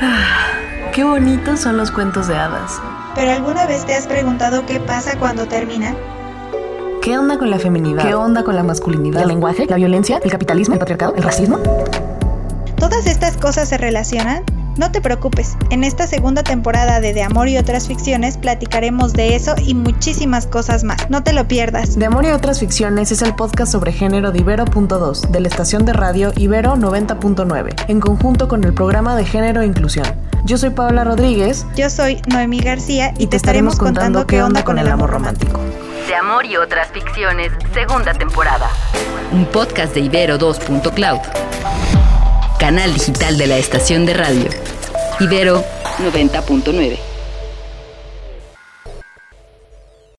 Ah, qué bonitos son los cuentos de hadas. ¿Pero alguna vez te has preguntado qué pasa cuando termina? ¿Qué onda con la feminidad? ¿Qué onda con la masculinidad? ¿El lenguaje? ¿La violencia? ¿El capitalismo? ¿El patriarcado? ¿El racismo? ¿Todas estas cosas se relacionan? No te preocupes, en esta segunda temporada de De Amor y otras ficciones platicaremos de eso y muchísimas cosas más. No te lo pierdas. De Amor y otras ficciones es el podcast sobre género de Ibero.2 de la estación de radio Ibero 90.9, en conjunto con el programa de género e inclusión. Yo soy Paula Rodríguez. Yo soy Noemí García y, y te, estaremos, estaremos contando, contando, qué onda con, con el amor romántico. De Amor y otras ficciones, segunda temporada. Un podcast de Ibero 2.cloud canal digital de la estación de radio. Ibero 90.9.